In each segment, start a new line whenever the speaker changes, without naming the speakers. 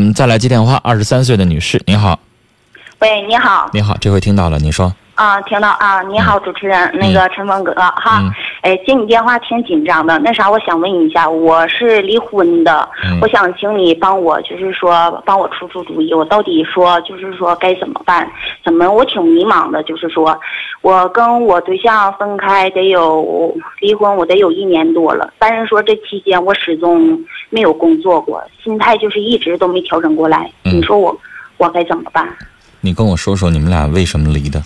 们再来接电话，二十三岁的女士，您好，
喂，你好，
您好，这回听到了，您说，
啊，听到啊，你好，主持人，那个陈峰哥哈
嗯，
哎，接你电话挺紧张的，那啥，我想问你一下，我是离婚的，
嗯
我想请你帮我，就是说帮我出出主意，我到底说就是说该怎么办？怎么我挺迷茫的，就是说，我跟我对象分开得有离婚，我得有一年多了，但是说这期间我始终没有工作过，心态就是一直都没调整过来，
嗯
你说我我该怎么办？
你跟我说说你们俩为什么离的？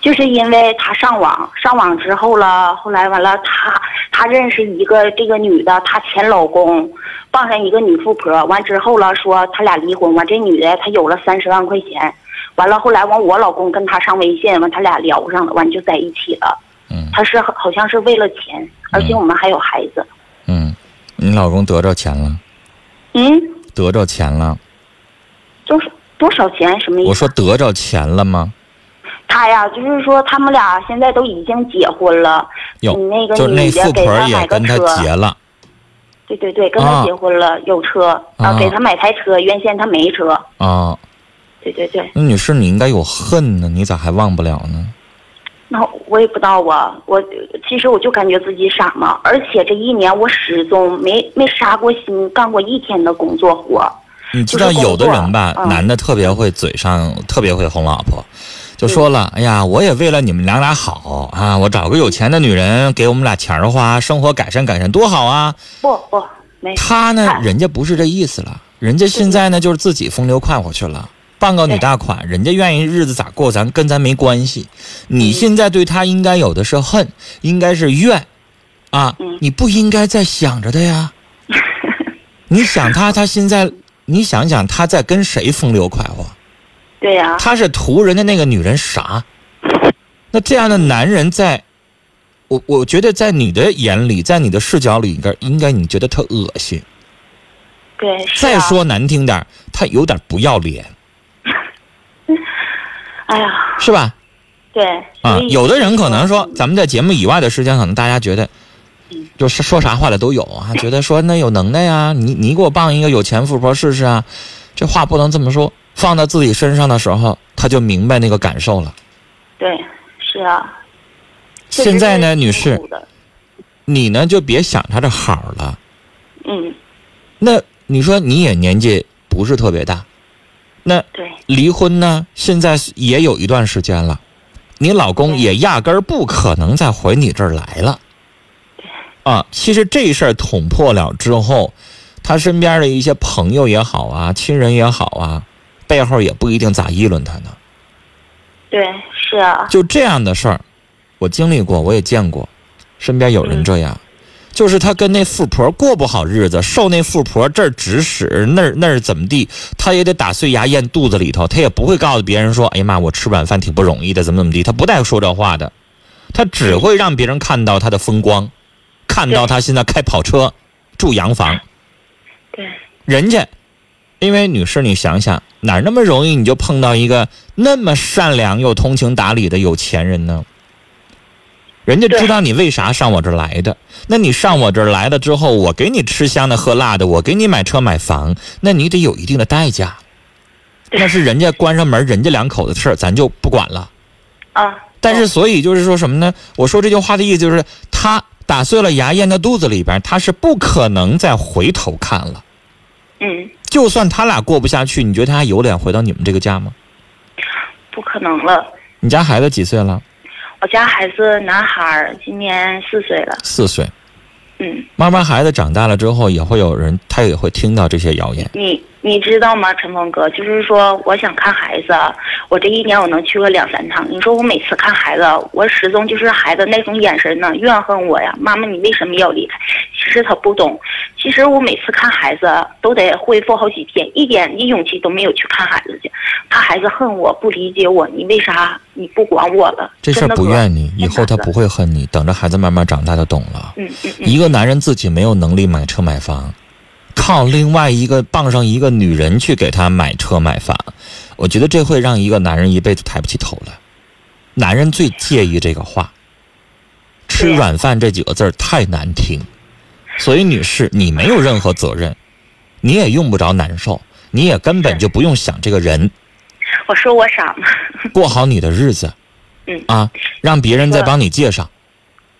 就是因为他上网，上网之后了，后来完了他他认识一个这个女的，她前老公傍上一个女富婆，完之后了说他俩离婚，完这女的她有了三十万块钱，完了后来完我老公跟她上微信，完他俩聊上了，完就在一起了。
嗯
他是好像是为了钱，而且我们还有孩子。
嗯，你老公得着钱了，
嗯，
得着钱了，
就是多少钱什么意
我
思？
说得着钱了吗？
他呀，就是说他们俩现在都已经结婚了，
有
嗯那个，
就是那
女的
富
给
婆儿
他买
也
个
跟他
车。
结了，
对对对，跟他
啊
结婚了，有车
啊
啊，给他买台车，原先他没车。
啊，
对对对，
那女士你应该有恨呢，你咋还忘不了呢？
那我也不知道啊，我其实我就感觉自己傻嘛，而且这一年我始终没没杀过心，干过一天的工作活。
你知
就是
道
工
有的
作
人吧，
嗯
男的特别会嘴上，特别会哄老婆，就说了，哎呀，我也为了你们娘俩好啊，我找个有钱的女人给我们俩钱儿花，生活改善改善多好啊。
不不，没
他呢
哎，
人家不是这意思了，人家现在呢就是自己风流快活去了。傍个女大款，人家愿意日子咋过，咱跟咱没关系。你现在对他应该有的是恨，应该是怨，啊
嗯，
你不应该再想着他呀。你想他，他现在，你想想他在跟谁风流快活？
对呀、
他是图人家那个女人啥？那这样的男人在，我我觉得在你的眼里，在你的视角里，应该应该你觉得他恶心。
对。是啊
再，说难听点儿，他有点不要脸，
哎呀，
是吧？
对
啊
所，以嗯
有的人可能说，咱们在节目以外的时间，可能大家觉得，就是说啥话的都有啊，觉得说那有能耐啊，你你给我傍一个有钱富婆试试啊，这话不能这么说。放到自己身上的时候，他就明白那个感受了。
对是啊。确实
现在呢，
是
女
辛
士
苦，的，
你呢就别想他的好了。
嗯，
那你说你也年纪不是特别大，那
对
离婚呢，现在也有一段时间了，你老公
对
也压根儿不可能再回你这儿来了。啊，其实这事儿捅破了之后，他身边的一些朋友也好啊，亲人也好啊，背后也不一定咋议论他呢。
对是啊，
就这样的事儿，我经历过，我也见过，身边有人这样，就是他跟那富婆过不好日子，受那富婆这儿指使，那儿那儿怎么地，他也得打碎牙咽肚子里头，他也不会告诉别人说，哎呀妈，我吃晚饭挺不容易的，怎么怎么地，他不带说这话的，他只会让别人看到他的风光，看到他现在开跑车，住洋房，
对
人家，因为女士，你想想，哪那么容易你就碰到一个那么善良又通情达理的有钱人呢？人家
对
知道你为啥上我这儿来的，那你上我这儿来了之后，我给你吃香的喝辣的，我给你买车买房，那你得有一定的代价。
对
那是人家关上门，人家两口子的事儿，咱就不管了。
啊，
但是，所以就是说什么呢？我说这句话的意思就是，他打碎了牙咽到肚子里边，他是不可能再回头看了。
嗯，
就算他俩过不下去，你觉得他还有脸回到你们这个家吗？
不可能了。
你家孩子几岁了？
我家孩子男孩儿今年四岁了，
四岁。
嗯。
慢慢孩子长大了之后，也会有人，他也会听到这些谣言。
你你知道吗，陈峰哥？就是说，我想看孩子，我这一年我能去个两三趟。你说我每次看孩子，我始终就是孩子那种眼神呢，怨恨我呀，妈妈你为什么要离开？其实他不懂，其实我每次看孩子都得恢复好几天，一点一勇气都没有去看孩子去，怕孩子恨我不理解我，你为啥你不管我了？
这事儿
真的
不
哥
怨你，以
真
后他
的
不会恨你。等着孩子慢慢长大就懂了。
嗯嗯嗯，
一个男人自己没有能力买车买房，靠另外一个傍上一个女人去给他买车买房，我觉得这会让一个男人一辈子抬不起头来。男人最介意这个话，“吃
对呀
软饭”这几个字儿太难听，所以女士，你没有任何责任，你也用不着难受。你也根本就不用想这个人，
我说我傻吗？
过好你的日子。
嗯
啊，让别人再帮你介绍，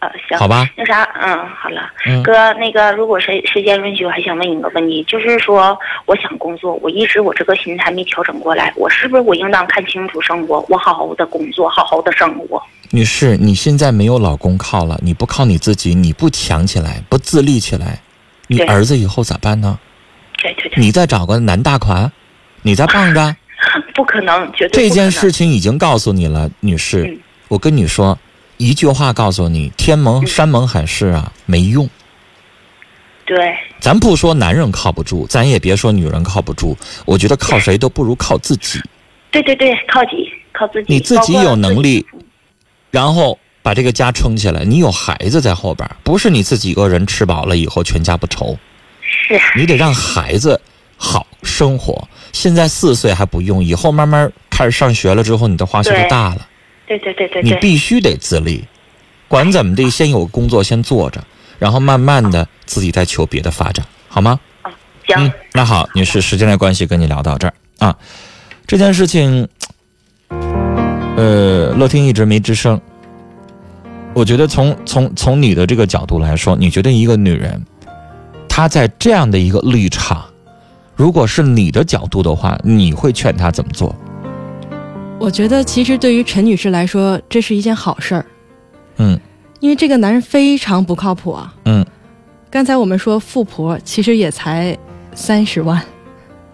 呃，行，
好吧？
那啥，嗯，好了，
嗯
哥，那个，如果时时间允许，我还想问一个问题，就是说，我想工作，我一直我这个心态没调整过来，我是不是我应当看清楚生活，我好好的工作，好好的生活？
女士，你现在没有老公靠了，你不靠你自己，你不强起来，不自立起来，你
对
儿子以后咋办呢？
对对对，
你再找个男大款，你再傍着，
不可能，
这
绝对不可
件
能
事情已经告诉你了，女士
嗯。
我跟你说，一句话告诉你，天盟
嗯
山盟海誓啊没用。
对，
咱不说男人靠不住，咱也别说女人靠不住。我觉得靠谁都不如靠自己，
对对对，靠自己，靠自己，
你自己
包括
有能力
自己，
然后把这个家撑起来。你有孩子在后边儿，不是你自己一个人吃饱了以后全家不愁。
是啊
你得让孩子好生活。现在四岁还不用，以后慢慢开始上学了之后，你的花销就
对
大了，
对对对对
你
对，
必须得自立。管怎么地，先有工作先做着，然后慢慢的自己再求别的发展，好吗？
行，
嗯，那好，女士，时间的关系跟你聊到这儿啊。这件事情，呃，乐听一直没吱声。我觉得从从从你的这个角度来说，你觉得一个女人，她在这样的一个立场，如果是你的角度的话，你会劝她怎么做？
我觉得其实对于陈女士来说，这是一件好事儿，
嗯
因为这个男人非常不靠谱啊。
嗯，
刚才我们说富婆其实也才三十万，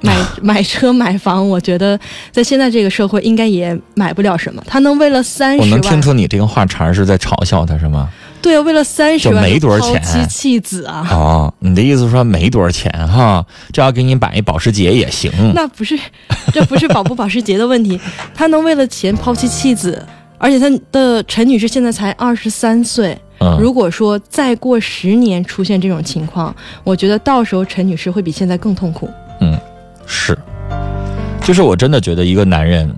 买 买车买房，我觉得在现在这个社会应该也买不了什么。她能为了三
我
十
能听
万，
出你这个话茬儿是在嘲笑她是吗？
对，为了三十万
就没多少
抛
钱
妻弃子啊。
哦，你的意思说没多少钱哈，这要给你买一保时捷也行。
那不是， 这不是保不保时捷的问题，他能为了钱抛弃妻子，而且他的陈女士现在才二十三岁，
嗯，
如果说再过十年出现这种情况，我觉得到时候陈女士会比现在更痛苦。
是，就是我真的觉得一个男人，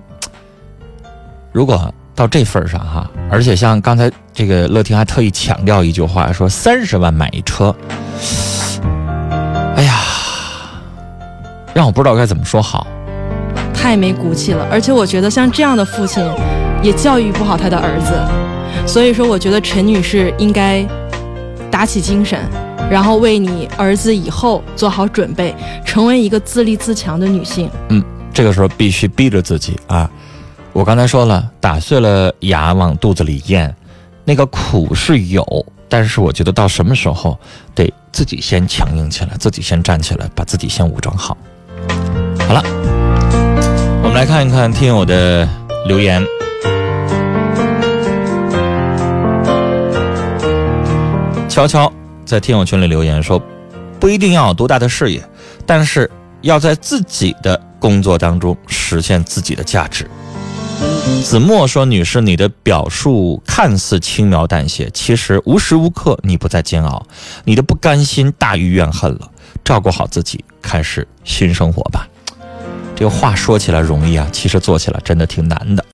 如果到这份儿上哈，而且像刚才这个乐婷还特意强调一句话，说三十万买一车，哎呀，让我不知道该怎么说好。
太没骨气了。而且我觉得像这样的父亲，也教育不好他的儿子。所以说，我觉得陈女士应该打起精神，然后为你儿子以后做好准备，成为一个自立自强的女性。
这个时候必须逼着自己啊！我刚才说了，打碎了牙往肚子里咽，那个苦是有，但是我觉得到什么时候得自己先强硬起来，自己先站起来，把自己先武装好。好了，我们来看一看听友的留言。悄悄在听友群里留言说，不一定要有多大的事业，但是要在自己的工作当中实现自己的价值。子墨说：“女士，你的表述看似轻描淡写，其实无时无刻你不在煎熬，你的不甘心大于怨恨了。照顾好自己，开始新生活吧。”这个话说起来容易啊，其实做起来真的挺难的。